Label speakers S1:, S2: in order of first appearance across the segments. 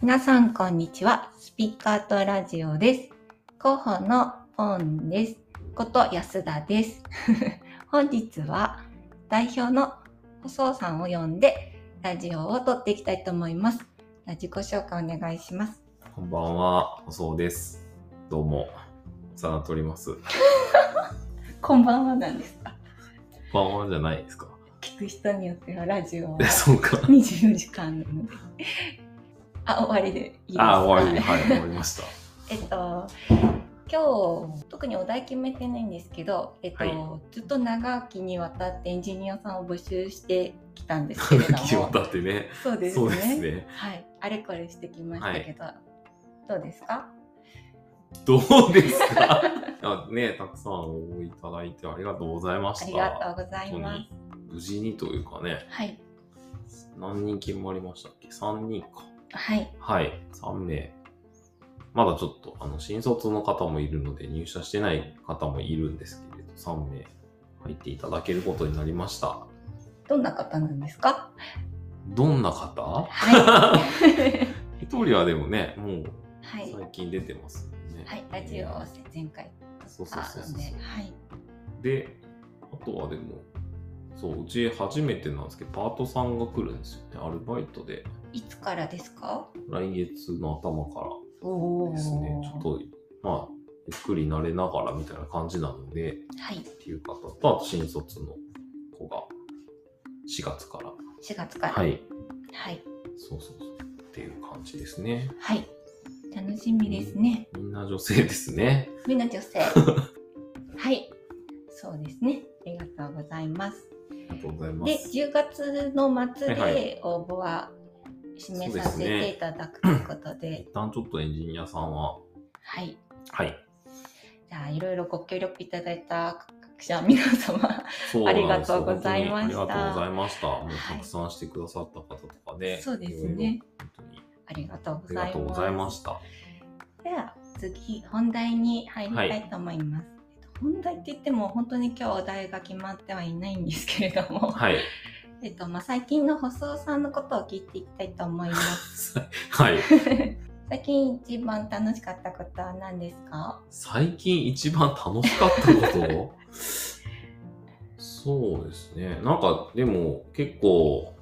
S1: 皆さんこんにちは。スピカートラジオです。広報のポンです。こと安田です。 本日は代表の細尾さんを呼んでラジオを撮っていきたいと思います。自己紹介お願いします。
S2: こんばんは、そうです。どうも、お世話になっております。こん
S1: こんばんはなんですか
S2: ばんはじゃないですか。
S1: 聞く人によってはラジオは
S2: え、そうか。
S1: 24時間なので。あ、終わりでいいですか
S2: あ、終わり。はい、終わりました。
S1: えっと今日特にお題決めてないんですけど、えっと
S2: はい
S1: ずっと長きにわたってエンジニアさんを募集してきたんですけれども
S2: 気 を立ってね。
S1: そうです
S2: そう
S1: ね
S2: ですね。
S1: はい、あれこれしてきましたけど、どうですか
S2: どうですか あね、たくさん応募いただいてありがとうございま
S1: あ
S2: し
S1: り
S2: た。
S1: がとうございます
S2: 本。当に無事にというかね、
S1: はい、
S2: 何人決まりましたっけ ?3 人か。
S1: はい、
S2: はい、3名。まだちょっと、あの、新卒の方もいるので、入社してない方もいるんですけれど、3名入っていただけることになりました。
S1: どんな方なんですか
S2: どんな方
S1: はい
S2: 一人はでもね、もう
S1: はい、
S2: 最近出てますよね。
S1: はい、ラジオを前回
S2: そうそう
S1: あ
S2: そう
S1: な
S2: そ
S1: ので、
S2: う。
S1: はい、
S2: で、あとはでも、そう、うち初めてなんですけど、パートさんが来るんですよね。アルバイトで、
S1: いつからですか
S2: 来月の頭か
S1: お
S2: らですね、ちょっと、まあ、ゆっくり慣れながらみたいな感じなので、
S1: はい、
S2: っていう方と、あと新卒の子が4月から。
S1: 4月から、
S2: はい。
S1: はい、
S2: そうそうそう。っていう感じですね。
S1: はい。楽しみですね。
S2: みんな女性ですね。
S1: みんな女 性。はい。そうですね。ありがとうございます。
S2: ありがとうございま
S1: で、
S2: す。
S1: 10月の末
S2: はいは
S1: で応募は締めさせ
S2: そうです
S1: て
S2: ね
S1: いただくということで、
S2: 一旦ちょっとエンジニアさんは、
S1: はい。
S2: はい。
S1: じゃあ、いろいろご協力いただいた各社、皆様、
S2: そうなんですよ
S1: ありがとうございました
S2: 本当にありがとうございました。もう
S1: はい
S2: たくさんしてくださった方とかね。
S1: そうです
S2: いろい
S1: ね
S2: ろ。本当に
S1: ありがとう
S2: あ
S1: ご
S2: り
S1: ざ
S2: が
S1: い
S2: とう
S1: ま
S2: ご
S1: す。
S2: ざいました。
S1: では次本題に入りたいと思います。えっと本題って言っても本当に今日お題が決まってはいないんですけれども、
S2: はい。
S1: えっとまあ、最近の細尾さんのことを聞いていきたいと思い ます。
S2: はい。
S1: 最近一番楽しかったことは何ですか
S2: 最近一番楽しかったこと そうですね。なんか、でも、結構、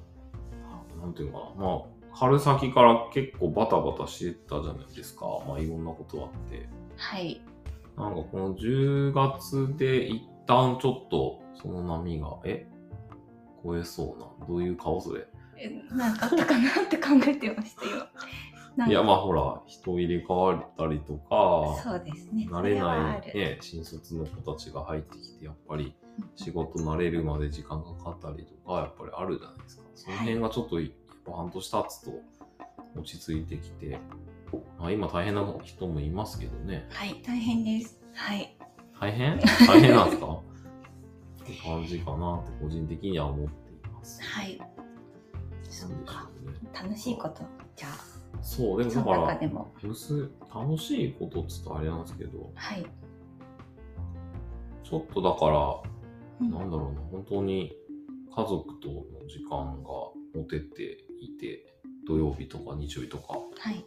S2: なんていうのかな、まあ、春先から結構バタバタしてたじゃないですか。まあ、いろんなことあって。
S1: はい。
S2: なんか、この10月で一旦ちょっと、その波が、え超えそうな。どういう顔それ。
S1: えなんかあったかなって考えてましたよ。なんか
S2: いや、まあ、ほら、人入れ替わったりとか、
S1: そうですね。
S2: 慣れ
S1: そはあ
S2: ない、
S1: る
S2: ね、新卒の子たちが入ってきて、やっぱり仕事慣れるまで時間がかかったりとか、やっぱりあるじゃないですか。その辺がちょっと、やっぱ半年経つと落ち着いてきて、まあ、今大変な人もいますけどね。
S1: はい、大変です。はい。
S2: 大変大変なんですかって感じかなって個人的には思っています。
S1: はい。そ
S2: な
S1: うん
S2: でしょ
S1: か。
S2: うね。
S1: 楽しいこと。じゃ
S2: そう、で
S1: あ、
S2: も
S1: そ
S2: だ
S1: の中
S2: か
S1: でも。
S2: ら、むす楽しいことっつったらあれなんですけど、
S1: はい。
S2: ちょっとだから、
S1: うん
S2: なんだろうな、本当に家族との時間が持てていて、土曜日とか日曜日とか、
S1: はい。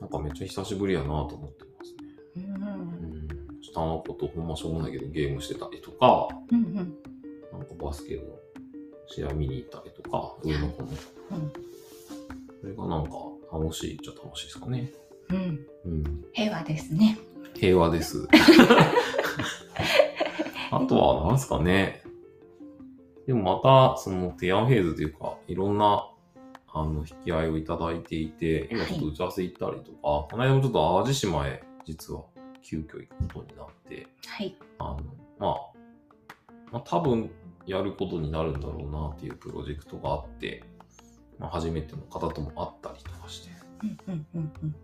S2: なんかめっちゃ久しぶりやなと思ってますね。
S1: うんうん
S2: うん。下の子とほんましょうもないけどゲームしてたりとか、
S1: うんうん
S2: なんかバスケの試合見に行ったりとか、上の子の。
S1: うん
S2: それがなんか楽しいっちゃ楽しいですかね。
S1: うん
S2: うん。
S1: 平和ですね。
S2: 平 和です。あとは、なんすかね。でもまた、その提案フェーズというか、いろんな、あの、引き合いをいただいていて、今
S1: はい
S2: ちょっと打ち合わせ行ったりとか、この間もちょっと淡路島へ、実は、急遽行くことになって、
S1: はい。
S2: あの、まあ、まあ、多分、やることになるんだろうなっていうプロジェクトがあって、まあ、初めての方とも会ったりとかして、
S1: うんうんうんうん。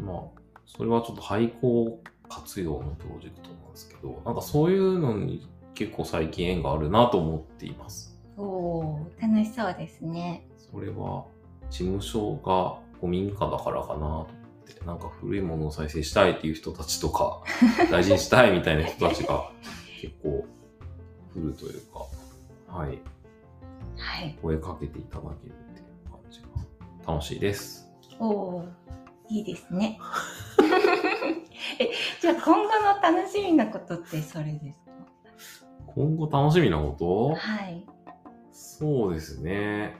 S2: うん、まあそれはちょっと廃校活用のプロジェクトなんですけどなんかそういうのに結構最近縁があるなと思っています
S1: おおー、楽しそうですね。
S2: それは事務所が古民家だからかなと思ってなんか古いものを再生したいっていう人たちとか大事にしたいみたいな人たちが結構来るというかはい
S1: はい。
S2: 声かけていただけるっていう感じが楽しいです。
S1: おおいいですね。 えじゃあ今後の楽しみなことってそれです
S2: 今後楽しみなこ
S1: か
S2: と
S1: はい。
S2: そうですね。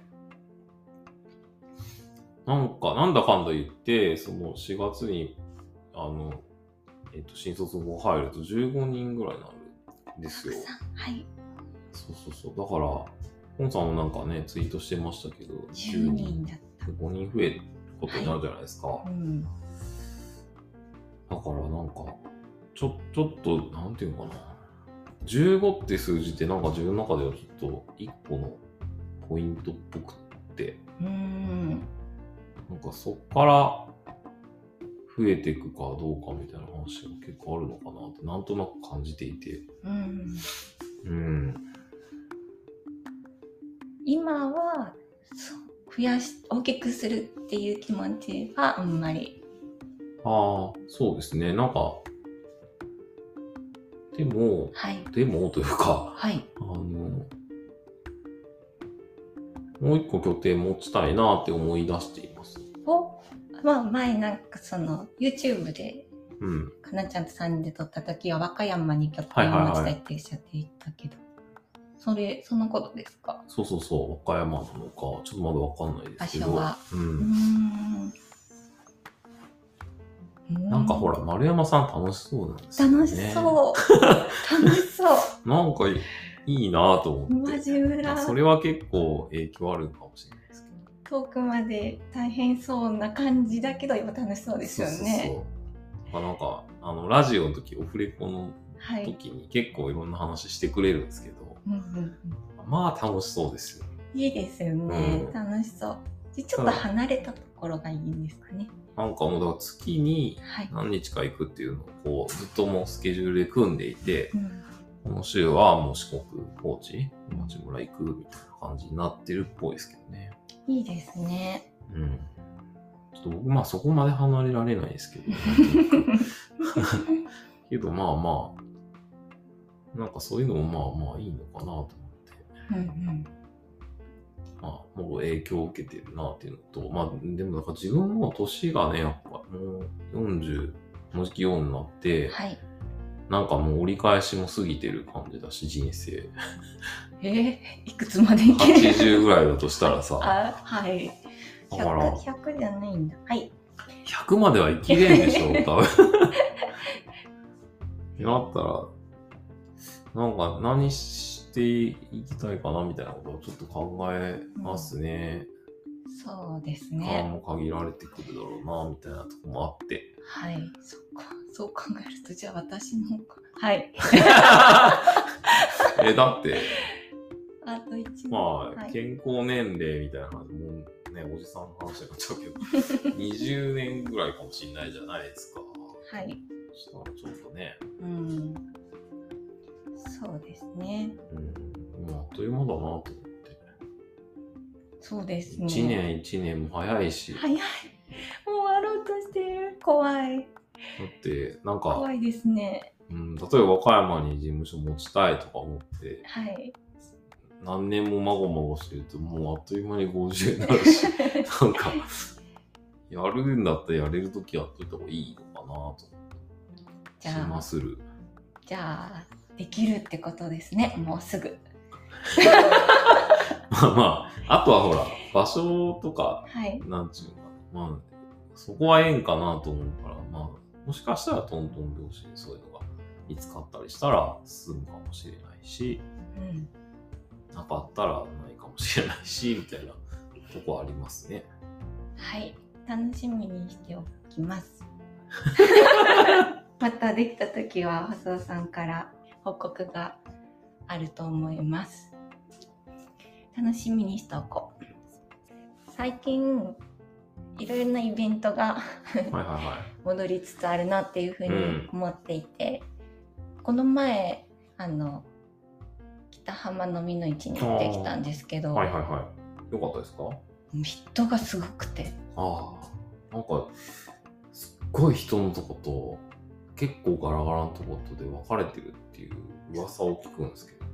S2: なんか、なんだかんだ言って、その4月に、あの、えっと、新卒の子入ると15人ぐらいになるんですよ。
S1: さんはい。
S2: そうそうそう。だから、ポンさんもなんかね、ツイートしてましたけど、
S1: 10人だっ
S2: 5人増えることになるじゃないですか。
S1: た。うん。
S2: だからなんか、ちょ、ちょっと、なんていうのかな。15って数字ってなんか自分の中ではちょっと一個のポイントっぽくって、
S1: うーん。
S2: なんかそっから増えていくかどうかみたいな話が結構あるのかなってなんとなく感じていて。
S1: うん。
S2: うん。
S1: 今はそう増やし大きくするっていう気持ちはあんまり。
S2: ああ、そうですね。なんか、でも、
S1: はい。
S2: でもというか、
S1: はい。
S2: あの、もう一個拠点持ちたいなって思い出しています。
S1: おまあ前なんかその YouTube で
S2: うん。
S1: かなちゃんと3人で撮った時は和歌山に拠点を持ちたいっておっしゃっていたけど、それそのことですか
S2: そうそうそう、和歌山なのか、ちょっとまだわかんないですけど。
S1: 場所は
S2: う。
S1: うんーん
S2: なんかほら、丸山さん楽しそうなんですよね。
S1: 楽しそう、楽しそう
S2: う。なんかいいいなと思って。
S1: 真面目だ
S2: それは結構影響あるかもしれないですけど。
S1: 遠くまで大変そうな感じだけど今楽しそうですよね
S2: そうそうそう。なんか、あの、ラジオの時、オフレコの
S1: はい、
S2: 時に結構いろんな話してくれるんですけど、
S1: うんうん
S2: まあ楽しそうですよ。
S1: うん、いいですよね、
S2: うん
S1: 楽しそうでちょっと離れたところがいいんですかね
S2: なんかもう、だから月に
S1: はい、
S2: 何日か行くっていうのをこうずっともうスケジュールで組んでいて、
S1: うん、
S2: この週はもう四国、高知、町村行くみたいな感じになってるっぽいですけどね。
S1: いいです ね
S2: うん。ちょっと僕、まあそこまで離れられないですけど、けどまあまあ、なんかそういうのもまあまあいいのかなと思って、
S1: うんうん
S2: まあ、もう影響を受けてるなっていうのと、まあでもなんか自分も年がね、やっぱもう40、もうじき4になって、
S1: はい
S2: なんかもう折り返しも過ぎてる感じだし、人生。
S1: えー、いくつまでいける
S2: 80ぐらいだとしたらさ、
S1: あはい
S2: だから
S1: 100、100じゃないんだはい
S2: 100までは生きれんでしょ、多分。ってなったら、なんか何していきたいかなみたいなことをちょっと考えますね。
S1: そうです
S2: 時間
S1: ね
S2: も限られてくるだろうな、みたいなとこもあ って。
S1: はいそっかそう考えるとじゃあ私の方がはい
S2: え、だって、
S1: あと1年
S2: ま
S1: は
S2: あ、
S1: い
S2: 健康年齢みたいな話、もうね、おじさんの話になっちゃうけど、20年 ぐらいかもしれないじゃないですか。
S1: はい
S2: そしたらちょっとね、
S1: うんそうですね
S2: うん、もうあっという間だなと思って。
S1: そうですね
S2: 1年1年も早いし、
S1: 早いもう終わろうとしてる怖い
S2: だって、なんか、
S1: 怖いですね
S2: うん、例えば和歌山に事務所持ちたいとか思って、
S1: はい
S2: 何年もまごまごしてると、もうあっという間に50になる し、なんか、やるんだったらやれるときやっといた方がいいのかなと。
S1: じ
S2: 気
S1: ゃ
S2: ま
S1: あ
S2: する。
S1: じゃあできるってことですねもうすぐ
S2: まあまあ、あとはほら、場所とか、
S1: はい
S2: なんちゅうのかな。まあ、そこはええんかなと思うから、まあ、もしかしたらトントン拍子にそういうのが見つかったりしたら進むかもしれないし、
S1: うん
S2: なかったらないかもしれないし、みたいなとこありま すね。
S1: はい、楽しみにしておき ます。またできた時は、細田さんから報告があると思います。楽しみにしておこう。最近、いろいろなイベントが
S2: はいはいはい。
S1: 戻りつつあるなっていうふう
S2: う
S1: に
S2: ん
S1: 思っていて、この前、あの、北浜のみの市に行ってきたんですけど、
S2: はいはいはい。よかったですか
S1: 人がすごくて、
S2: ああ、なんか、すっごい人のとこと、結構ガラガラのとことで分かれてるっていう噂を聞くんですけど。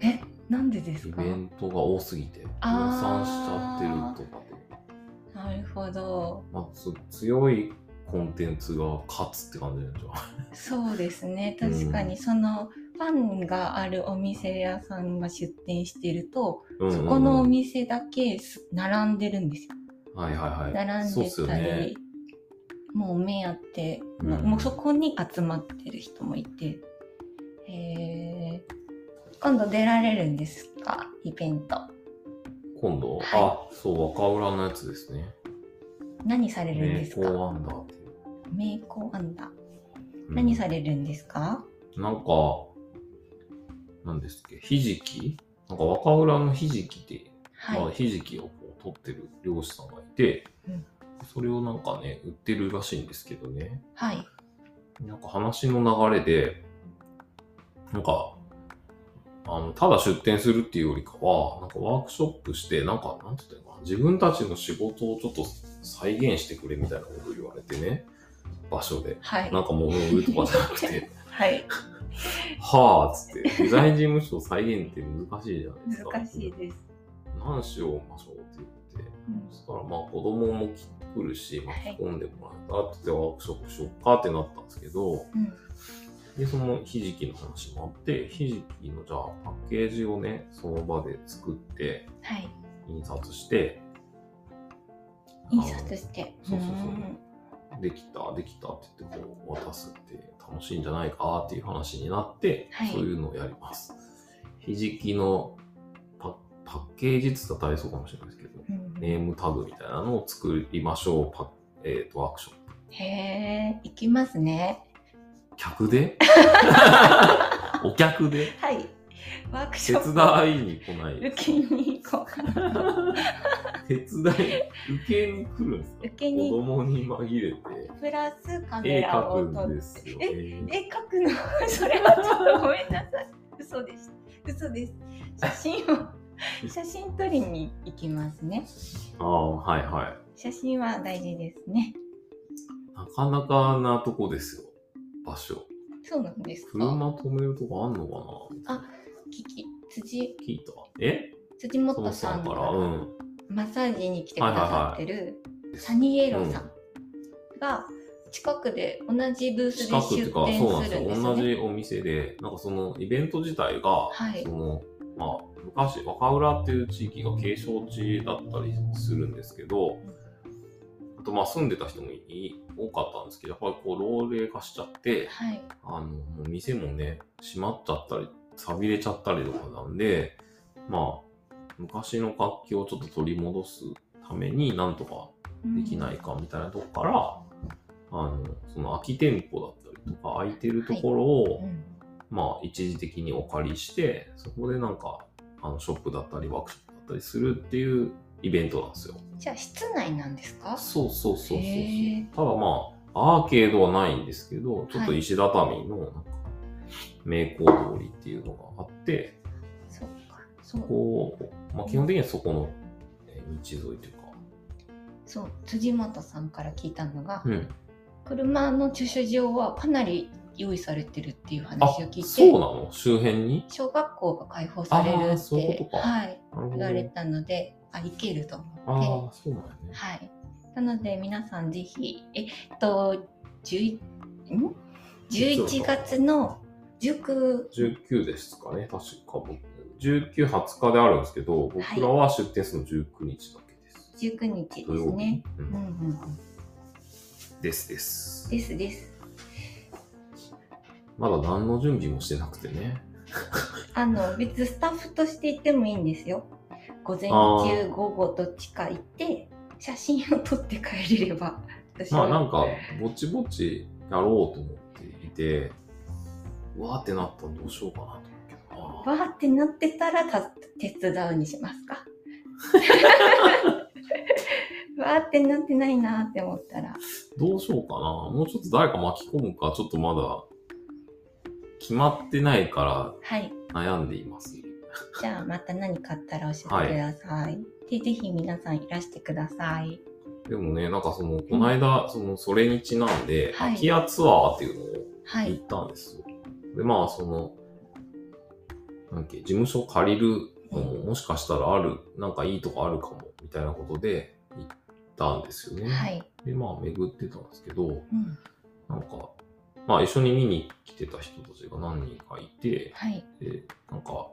S1: え、なんでです
S2: イ
S1: か
S2: ベントが多すぎて分
S1: あー
S2: 散しちゃってるとかで
S1: ななるほど。
S2: まあ、つ強いコンテンツが勝つって感じなんじゃない
S1: そうですね。
S2: うん
S1: 確かに、その、パンがあるお店屋さんが出店してると、
S2: うんうんう
S1: そ
S2: ん
S1: このお店だけす並んでるんですよ。
S2: はいはいはい。
S1: 並ん
S2: そうっ
S1: です
S2: よ
S1: たり、
S2: ね。
S1: もう目当て、
S2: うん
S1: もうそこに集まってる人もいて。へー今度出られるんですかイベント。
S2: 今度、あ、そう、若浦のやつですね。
S1: 何されるん
S2: 名
S1: です
S2: 工
S1: か
S2: アンダーっていう。
S1: 名工アンダー。
S2: うん
S1: 何されるんですか
S2: なんか、何ですっけ、ひじきなんか若浦のひじきって、
S1: はい。
S2: まあ、ひじきをこう取ってる漁師さんがいて、
S1: うん
S2: それをなんかね、売ってるらしいんですけどね。
S1: はい。
S2: なんか話の流れで、なんか、あの、ただ出店するっていうよりかは、なんかワークショップして、なんか、なんて言ったらいいのかな、自分たちの仕事をちょっと再現してくれみたいなことを言われてね、場所で。
S1: はい。
S2: なんかもう、うんとかじゃな くて、
S1: はい。
S2: はぁっつって、デザイン事務所再現って難しいじゃないですか。
S1: 難しいです。
S2: 何しようましょうって言って、
S1: うん
S2: そしたらまあ子供も来るし、
S1: はい
S2: 巻き込んでもらえたらって言ってワークショップしようかってなったんですけど、
S1: うん。
S2: で、そのひじきの話もあって、ひじきのじゃあパッケージをね、その場で作って、
S1: はい。
S2: 印刷して、
S1: 印刷して。
S2: そうそうそうんあのできた、できたって言ってこう渡すって楽しいんじゃないかっていう話になって、
S1: はい
S2: そういうのをやります。ひじきのパパッケージって言ったら大層かもしれないですけど、
S1: うん
S2: ネームタグみたいなのを作りましょう、パッえっ、と、ワークショップ。
S1: へえ、行きますね。
S2: 客 でお客で
S1: はい。ワークシ
S2: 手
S1: ョップ。
S2: 伝いに来ない。
S1: 受け に行こうかな。
S2: 手伝い、受けに来るんですか
S1: 受け
S2: 子
S1: に、
S2: 供に紛れて
S1: プラスカメ
S2: 絵
S1: ラを
S2: 描く
S1: 撮
S2: ん
S1: っ
S2: ですよ。
S1: え
S2: え
S1: て。絵描くの それはちょっとごめんなさい。嘘でした。嘘です。写真を、写真撮りに行きますね。
S2: ああ、はいは
S1: 写真は大事ですね。
S2: い。なかなかなとこですよ。場所。
S1: そうなんですか
S2: 車止めるとこあんのかな
S1: あ聞き、辻、
S2: 聞いた。え
S1: 辻
S2: そも
S1: 元
S2: さ
S1: さ
S2: ん
S1: ん
S2: か。
S1: からら
S2: うん。
S1: マッサージに来てくださってるサニーイエローさんが近くで同じブースで
S2: 近くってい
S1: 出
S2: うか、
S1: 店
S2: そうなん
S1: す
S2: です
S1: るんで
S2: よ。
S1: すよ
S2: 同
S1: ね。
S2: じお店で、なんかそのイベント自体が、
S1: はい
S2: その、まあ、昔、若浦っていう地域が景勝地だったりするんですけど、あとまあ住んでた人もいい多かったんですけど、やっぱりこう老齢化しちゃって、
S1: はい。
S2: あの、もう店もね、閉まっちゃったり、錆びれちゃったりとかなんで、まあ、昔の活気をちょっと取り戻すために、なんとかできないかみたいなとこから、あの、その空き店舗だったりとか、空いてるところを、
S1: うん。
S2: まあ、一時的にお借りして、そこでなんか、あの、ショップだったり、ワークショップだったりするっていうイベントなんですよ。
S1: じゃあ室内なんですか？
S2: そうそうそうそうそう
S1: へー。
S2: ただまあ、アーケードはないんですけど、ちょっと
S1: はい
S2: 石畳の、なんか、名工通りっていうのがあって、
S1: そうか。そう
S2: こう、まあ基本的にはそこのえー道沿いというか、
S1: そう辻元さんから聞いたのが、
S2: うん。
S1: 車の駐車場はかなり用意されてるっていう
S2: あ、
S1: 話を聞い
S2: そうな
S1: て、
S2: の周辺に
S1: 小学校が開放される
S2: あー
S1: っ
S2: そういう
S1: て
S2: ことか
S1: はい
S2: なるほ
S1: 言
S2: ど
S1: われたので、あ行けると思って。
S2: ああー、そうなんやね。
S1: はい。なので皆さんぜひ、えっと、11ん11月の19
S2: 19ですかね、確か僕。19、20日であるんですけど、僕らは出店するの19日だけです。
S1: 19日
S2: 土
S1: で
S2: 曜
S1: す
S2: 日。
S1: ね。
S2: う
S1: うんうん
S2: ん、
S1: うん、
S2: ですです。
S1: ですです。
S2: まだ何の準備もしてなくてね。
S1: あの別にスタッフとして行ってもいいんですよ。午前中、午後どっちか行って写真を撮って帰れれば。私
S2: ま
S1: は
S2: あなんか、ぼちぼちやろうと思っていて、うわーってなったらどうしようかなと思うけど
S1: わーってなってたらた手伝うにします か。 わーってなってないなーって思ったら。
S2: な、どうしようかな。もうちょっと誰か巻き込むか、ちょっとまだ決まってないか
S1: はい。
S2: ら悩んでいます。
S1: じゃあまた何かあったら教えてください。でぜひ皆さんいらしてください。
S2: でもね、なんかその、この間、その、それにちなん
S1: はい
S2: で、空き家ツアーっていうのを
S1: は
S2: 行
S1: い。
S2: ったんですよ。で、まあ、その、なんだっけ、事務所借りるのも、もしかしたらある、なんかいいとこあるかも、みたいなことで行ったんですよね。
S1: はい。
S2: で、まあ、巡ってたんですけど、
S1: うん。
S2: なんか、まあ、一緒に見に来てた人たちが何人かいて、
S1: はい。
S2: で、なんか、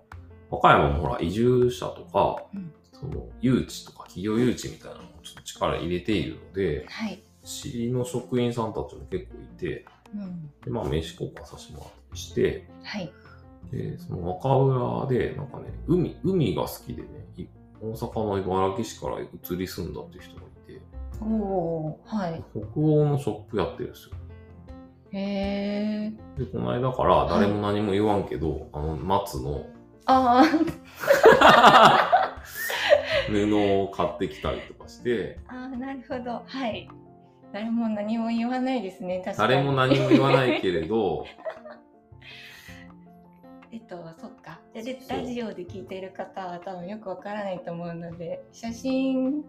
S2: 和歌山もほら、移住者とか、
S1: うん
S2: その、誘致とか企業誘致みたいなのをちょっと力入れているので、
S1: はい。
S2: 市の職員さんたちも結構いて、
S1: うん。
S2: で、まあ、飯交換させてもらったりして、
S1: はい。
S2: で、その若浦で、なんかね、海、海が好きでね、い大阪の茨城市から移り住んだっていう人がいて、
S1: おおー。はい。
S2: 北欧のショップやってるんですよ。
S1: へえ。
S2: で、この間から誰も何も言わんけど、あの、松の
S1: あ
S2: 布を買ってきたりとかして、
S1: あ。ああ、なるほど。はい。誰も何も言わないですね。確かに。
S2: 誰も何も言わないけれど、
S1: えっと、そっか。で、で
S2: そう
S1: ラジオで聞いている方は多分よくわからないと思うので、写真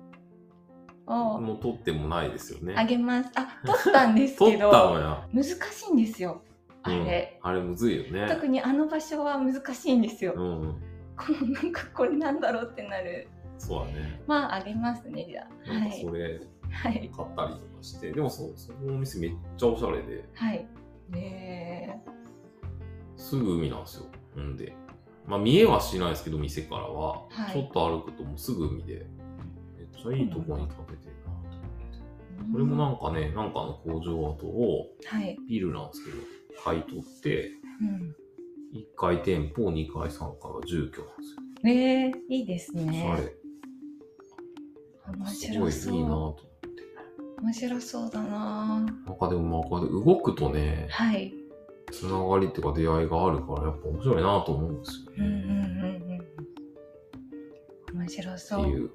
S1: を
S2: もう撮ってもないですよ
S1: あ
S2: ね。
S1: げます。あ、撮ったんです
S2: 撮っ
S1: け
S2: た
S1: ど、
S2: のや。
S1: 難しいんですよ。あれ。
S2: うん、あれむずいよね。
S1: 特にあの場所は難しいんですよ。
S2: うんうん、
S1: この なんかこれなんだろうってなる。
S2: そうだね。
S1: まあ、あげますね、じゃあ。
S2: な
S1: は
S2: んか
S1: い
S2: そ。れ
S1: はい。
S2: 買ったりとかして、でもそう、そこのお店めっちゃおしゃれで、
S1: はい。ね
S2: すぐ海なんですよ。うんで。まあ見えはしないですけど、店からは。
S1: はい
S2: ちょっと歩くともうすぐ海で、めっちゃいいとこに食べてるなと思って。
S1: え。
S2: これもなんかね、なんかの工場跡を
S1: はい。
S2: ビルなんですけど、買い取って、
S1: うん。
S2: 1階店舗、2階、3階は住居なんですよ。
S1: ねえ、いいです
S2: おし
S1: ね。面
S2: ゃれ。
S1: 白
S2: すごいいいな
S1: そう。
S2: と。
S1: 面白そうだな。
S2: なんかでもまあこれ動くとね、
S1: はい。
S2: つながりっていうか出会いがあるからやっぱ面白いなと思うんです
S1: うんう
S2: よ
S1: ん
S2: ね。
S1: うんうん。面白そ
S2: って
S1: う。
S2: いう、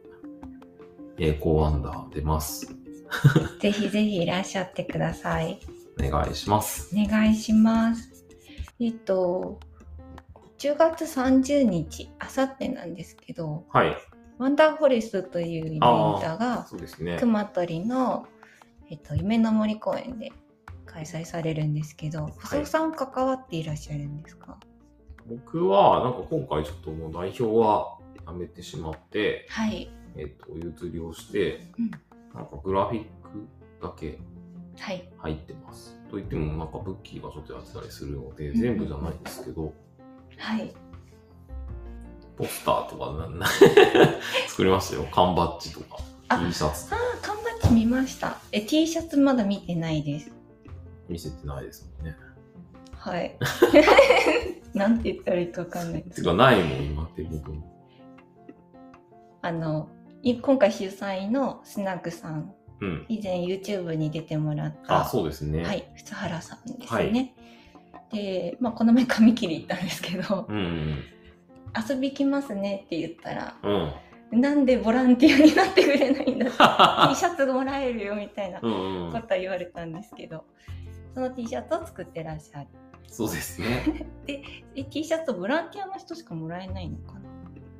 S2: 栄光アンダー出ます。
S1: ぜひぜひいらっしゃってください。
S2: お願いします。
S1: お願いします。えっと、10月30日、あさってなんですけど、
S2: はい。
S1: ワンダーフォレストというイベントが、
S2: そうですね。
S1: 熊取の、えっと、夢の森公園で開催されるんですけど、細尾さん関わっていらっしゃるんですか
S2: 僕は、なんか今回ちょっともう代表は辞めてしまって、
S1: はい。
S2: えっ、と、譲りをして、
S1: うん
S2: なんかグラフィックだけ
S1: はい。
S2: 入ってます。と言っても、なんかブッキーがちょっとやってたりするので、
S1: うん
S2: 全部じゃないんですけど、
S1: はい。
S2: ポスターとかな、な 作りましたよ。缶バッジとか、
S1: あ
S2: T シャツ
S1: ああ、缶バッジ見ました。え、T シャツまだ見てないです。
S2: 見せてないですもんね。
S1: はい。なんて言ったらいいかわかんないで
S2: て
S1: す。
S2: か、ないもん、今手元に。
S1: あの、い今回主催のスナックさん、
S2: うん。
S1: 以前 YouTube に出てもらった、
S2: あ、そうですね。
S1: は。い、普原さんですね。で、まあ、この前髪切り行ったんですけど、
S2: うんうん
S1: 遊び来ますねって言ったら、
S2: うん。 うん。
S1: なんでボランティアになってくれないんだ T シャツもらえるよみたいなこ
S2: うんう
S1: とは
S2: ん。
S1: 言われたんですけど、その T シャツを作ってらっしゃる。
S2: そうですね。
S1: え T シャツをボランティアの人しかもらえないのかな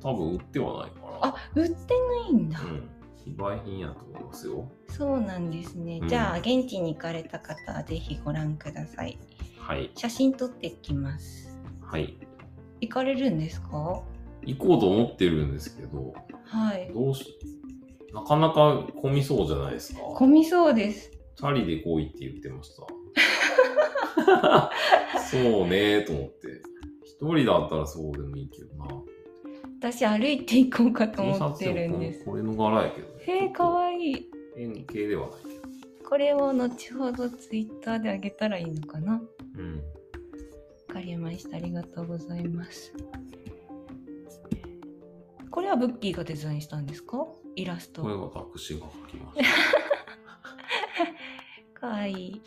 S2: 多分売ってはないから。
S1: あ、売ってないんだ。
S2: うん。非売品やと思いますよ。
S1: そうなんですね。
S2: うん
S1: じゃあ、現地に行かれた方はぜひご覧ください。
S2: はい。
S1: 写真撮ってきます。
S2: はい。
S1: 行かれるんですか
S2: 行こうと思ってるんですけど、
S1: はい。
S2: どうし、なかなか混みそうじゃないですか。
S1: 混みそうです。
S2: チャリで来いって言ってました。 そうねと思って。一人だったらそうでもいいけどな。
S1: 私、歩いて行こうかと
S2: T シ
S1: 思
S2: ャ
S1: っ
S2: ツ
S1: てるんで
S2: も
S1: す。
S2: これの柄やけど、ね。
S1: へえ、か
S2: い
S1: わいい。
S2: い。円形ではない
S1: これを後ほどツイッターであげたらいいのかな
S2: けど。うん。
S1: わかりました。ありがとうございます。これはブッキーがデザインしたんですかイラスト。
S2: これ私が書きました。
S1: かわいい。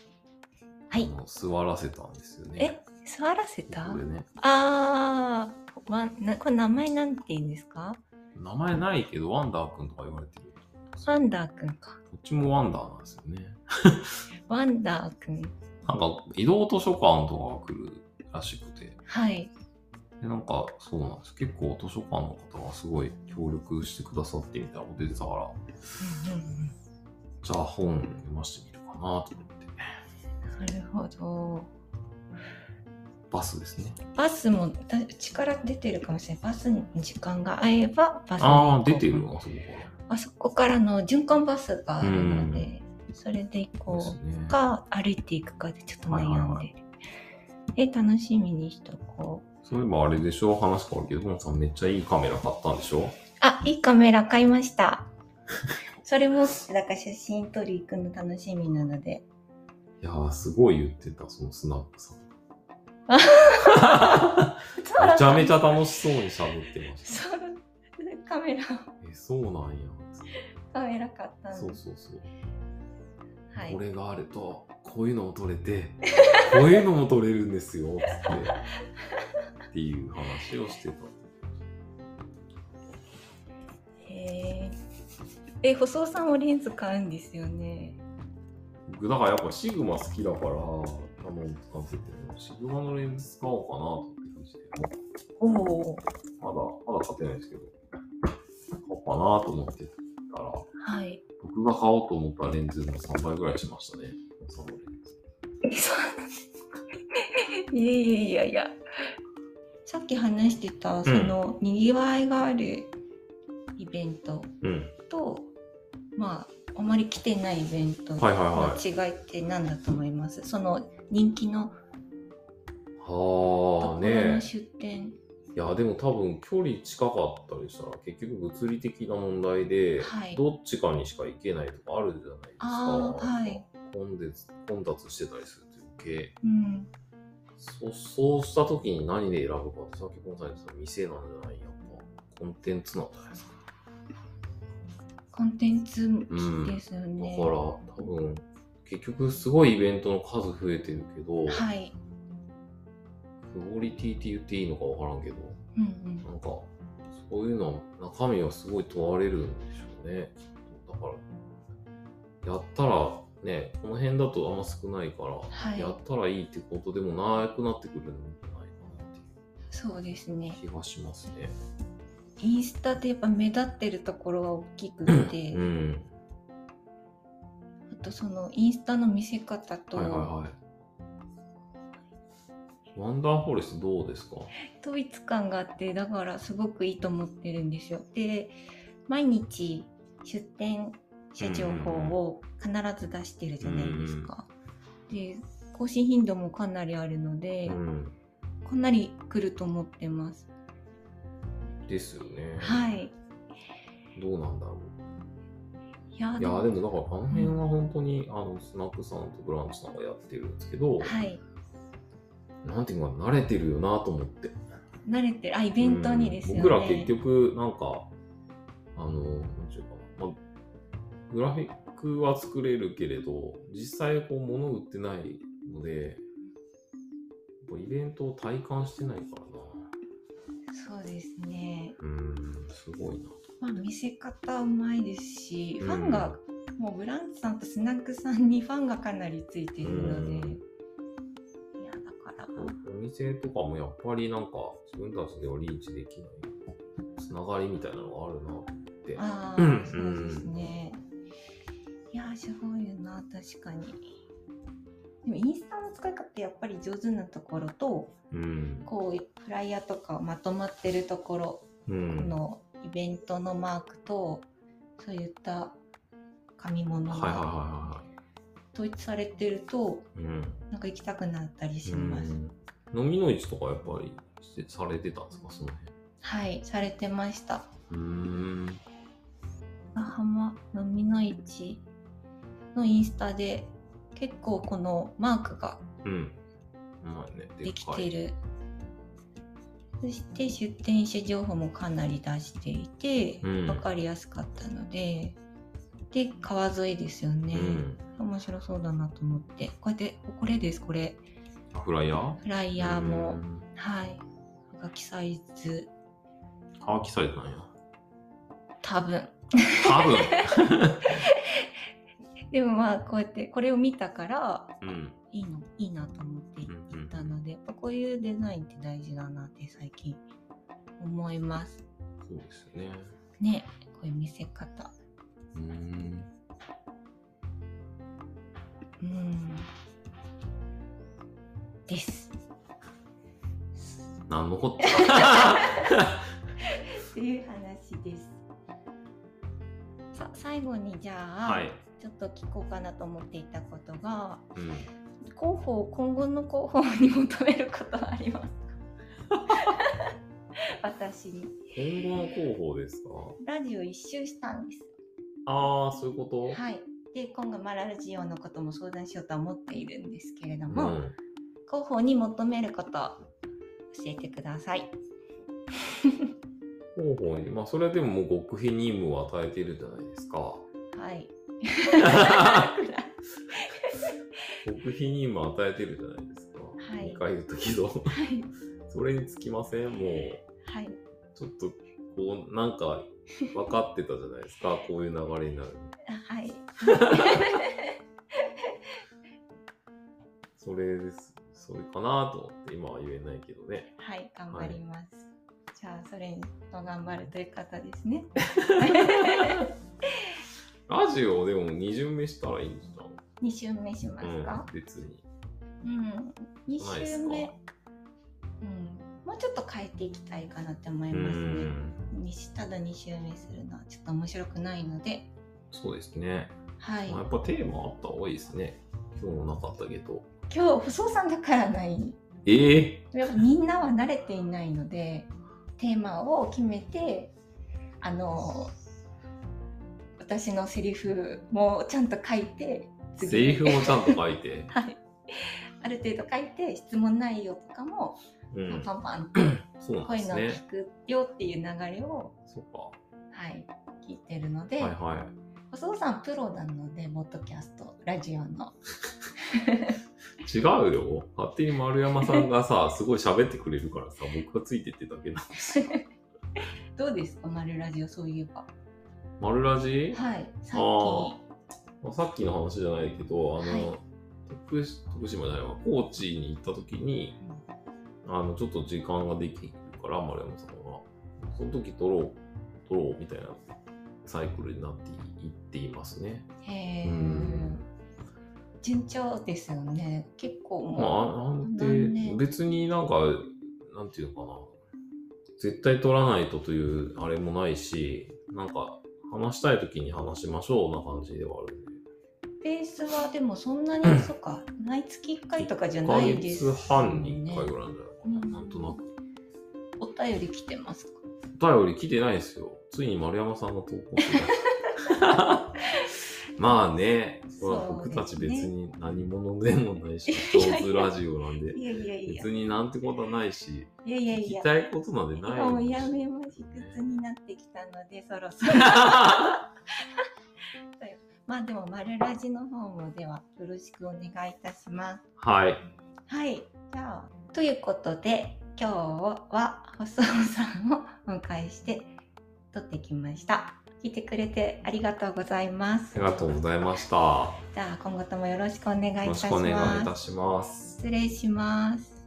S1: はい。
S2: あの座らせたんですよね。
S1: 座らせた
S2: これね。
S1: あー、わなこれ名前なんて言うんですか
S2: 名前ないけど、ワンダーくんとか言われてる。
S1: ワンダーくんか。
S2: こっちもワンダーなんですよね。
S1: ワンダーくん。
S2: なんか、移動図書館とかが来るらしくて。
S1: はい。
S2: で、なんか、そうなんです。結構図書館の方がすごい協力してくださってみたいなこと言ってたから、じゃあ本読ましてみるかなと思って。
S1: なるほど。
S2: バスですね。
S1: バスも、だ力出てるかもしれない。バスに時間が合えば、バスに行こう
S2: ああ、出てる。のあそこから。
S1: あそこからの循環バスがあるので、それで行こうか、歩いていくかでちょっと悩んでる。
S2: はいはいは
S1: え、楽しみにしとこう。
S2: そういえばあれでしょ話変わるけど、ゴンさんめっちゃいいカメラ買ったんでしょ
S1: あ、いいカメラ買いました。 それも、なんか写真撮り行くの楽しみなので。
S2: いやー、すごい言ってた、そのスナップ さん。
S1: あ
S2: めちゃめちゃ楽しそうに喋ってました。
S1: そう、カメラ、
S2: え、そうなんや。
S1: カメラ買ったん
S2: そう
S1: です。
S2: そうそう。
S1: は
S2: こ
S1: い。
S2: れがあると、こういうのも撮れ て、こういうのも撮れるんですよ、つって。っていう話をしてた。
S1: へーえ、細尾さんもレンズ買うんですよね。
S2: 僕、だからやっぱシグマ好きだから、あの、使ってて、シグマのレンズ使おうかなと思ってて、
S1: おお。
S2: まだ、まだ買ってないですけど、買おうかなと思ってたら、
S1: はい。
S2: 僕が買おうと思ったレンズの3倍ぐらいしましたね。そのレンズ
S1: そう いやいやいやいやさっき話してたそのにぎわいがあるイベント
S2: うん。
S1: と、まああまり来てないイベント
S2: はいはい
S1: の
S2: はい。
S1: 違いって何だと思います、その人気のと
S2: は
S1: こ
S2: あ
S1: ろ
S2: ね
S1: の出店、
S2: いやでも多分距離近かったりしたら結局物理的な問題で、
S1: はい
S2: どっちかにしか行けないとかあるじゃないですか。
S1: あーはい
S2: 混雑混雑してたりすると余計
S1: うん、
S2: そそうした時に何で選ぶかってさっきコンサルさん店なんじゃないやっぱコンテンツなんじゃないですか。
S1: コンテンツですよ
S2: だから
S1: ね、
S2: 多分結局すごいイベントの数増えてるけど、
S1: はい、
S2: クオリティって言っていいのか分からんけど、
S1: うんうん、
S2: なんか、そういうのは、中身はすごい問われるんでしょうね。きっとだから、やったら、ね、この辺だとあんま少ないから、
S1: はい
S2: やったらいいってことでもなくなってくるんじゃないかなってい
S1: そうですね
S2: う気がしますね。
S1: インスタってやっぱ目立ってるところは大きくて、
S2: うん。
S1: あとそのインスタの見せ方と、
S2: はいはいはい。ワンダーフォレストどうですか
S1: 統一感があってだからすごくいいと思ってるんですよ。で毎日出店者情報を必ず出してるじゃないですか。で更新頻度もかなりあるので、
S2: うん。
S1: かなり来ると思ってます。
S2: ですよね。
S1: はい。
S2: どうなんだろう。
S1: いや
S2: いやでもだからあの辺は本当に、あのスナックさんとブランチさんがやってるんですけど、
S1: はい。
S2: なんていうのかな慣れてるよなと思って
S1: 慣れてるあイベントにですよね。
S2: うん僕ら結局なんかあのなんていうかな、まあ、グラフィックは作れるけれど実際こう物売ってないのでやっぱイベントを体感してないからな
S1: そうですね。
S2: うんすごいな
S1: まあ見せ方うまいですし、
S2: うん
S1: ファンがもうブランチさんとスナックさんにファンがかなりついているので、
S2: うん
S1: いやだから
S2: お店とかもやっぱりなんか自分たちではリーチできないつながりみたいなのがあるなって
S1: ああ、
S2: うん
S1: そうですね。いやー、すごいよな、確かに。でもインスタの使い方ってやっぱり上手なところと
S2: うん
S1: こうフライヤーとかまとまってるところ
S2: うん
S1: のイベントのマークと、そういった紙物
S2: はいはいはい
S1: が
S2: は
S1: 統一されてると
S2: いはい。うん。
S1: なんか行きたくなったりします。
S2: うん飲みの市とかやっぱりしてされてたんですか、その辺。
S1: はい、されてました。
S2: うん。
S1: 長浜のみの市のインスタで結構このマークが
S2: うん。まあね、
S1: できて
S2: る。
S1: る。そして出店者情報もかなり出していて、
S2: うん
S1: 分かりやすかったのでで川沿いですよね、
S2: うん。
S1: 面白そうだなと思ってこうやってこれですこれ
S2: フライヤー
S1: フライヤーも、
S2: うん
S1: はいはがきサイズ
S2: 乾きされてないな。
S1: 多分
S2: 多分。
S1: でもまあこうやってこれを見たから
S2: うん。
S1: いいのいいなと思ってい
S2: うんうん
S1: ったので、やっぱこういうデザインって大事だなって最近思います
S2: そうですよね。
S1: ねこういう見せ方
S2: うん。
S1: うんです。
S2: なんのこ っちゃ。
S1: っていう話です。さ最後にじゃあ、
S2: はい。
S1: ちょっと聞こうかなと思っていたことが
S2: うん。
S1: 広報今後の広報に求めることはあり ますか私に
S2: 今後の広報ですか
S1: ラジオ一周したんです
S2: ああ、そういうこと
S1: はいで今後マラジオのことも相談しようとは思っているんですけれど
S2: う
S1: も、
S2: ん。
S1: 広報に求めること教えてください
S2: 広報に、まあそれでももう極秘任務を与えているじゃないですか。
S1: はい
S2: 極秘任務を与えてるじゃないですか。
S1: はい
S2: 2回言ったけど、
S1: はい
S2: それにつきませんもう、
S1: はい
S2: ちょっと、こう、なんか、分かってたじゃないです か。こういう流れになるの。
S1: あはい
S2: それです。それかなと思って、今は言えないけどね。
S1: はい頑張ります、じゃあそれに頑張るという方です ね
S2: ラジオでも2巡目したらいいんじゃない
S1: 2週目しますか
S2: うん、別に。
S1: うん、2
S2: ない
S1: 週
S2: ですか
S1: 目うんもうちょっと変えていきたいかなって思いうますね
S2: ん。
S1: にしただ2週目するのはちょっと面白くないので
S2: そうですね。
S1: はい
S2: まあ、やっぱテーマあった方がいいですね。今日もなかったけど。
S1: 今日細尾さんだからない
S2: ええ
S1: やっぱみんなは慣れていないのでテーマを決めてあの私のセリフもちゃんと書いて次。
S2: セリフもちゃんと書いて
S1: はいある程度書いて質問内容とかも、
S2: うん。
S1: パンパンと
S2: そうなん
S1: こう
S2: で
S1: いう
S2: す
S1: のを
S2: ね。
S1: 聞くよっていう流れを、
S2: そっか。
S1: はい、聞いてるので、
S2: はいはい。
S1: 細尾さんプロなのでボッドキャストラジオの
S2: 違うよ。勝手に丸山さんがさ、すごい喋ってくれるからさ、僕がついてってだけなの。
S1: どうですか「マルラジオ」そういえば
S2: 丸ラジ
S1: はいさ
S2: あ
S1: っ
S2: まあさっきの話じゃないけど、あの、
S1: は
S2: 徳徳島じゃないわ、高知に行った時に、あの、ちょっと時間ができるから、丸山さんが、その時撮ろう、撮ろうみたいなサイクルになっていっていますね。
S1: きへ
S2: う
S1: ー
S2: ん
S1: 順調ですよね結構もう、
S2: まあ、なん
S1: 何年
S2: て、別になんか、なんていうのかな、絶対取らないとというあれもないし、なんか、話したい時に話しましょうな感じではあるんで。
S1: ベースはでもそんなに、そっか毎月1回とかじゃ
S2: 1
S1: な
S2: ヶ
S1: いです、
S2: 月
S1: ね、
S2: 半に1回ぐらいなんじゃないかな、
S1: うん
S2: なんとなく。
S1: お便り来てますか
S2: お便り来てないですよ。ついに丸山さんが投稿して た。まあね、そら
S1: そうですね
S2: 僕たち別に何者でもないし、上手ラジオなんで、
S1: いやいやいや
S2: 別になんてことはないし、
S1: いやいや
S2: 聞
S1: い
S2: き
S1: や
S2: たいことなんてない
S1: もうや
S2: し。
S1: めまし靴になってきたのでそろ そろまあでも「丸ラジ」の方もではよろしくお願いいたします
S2: はい。
S1: はいじゃあということで今日は細尾さんをお迎えして撮ってきました聞いてくれてありがとうございます
S2: ありがとうございました。よ
S1: じゃあ今後ともよろしくお願いいた
S2: ろ
S1: し
S2: しくお願いい
S1: ま
S2: た
S1: す。
S2: します。
S1: 失礼します。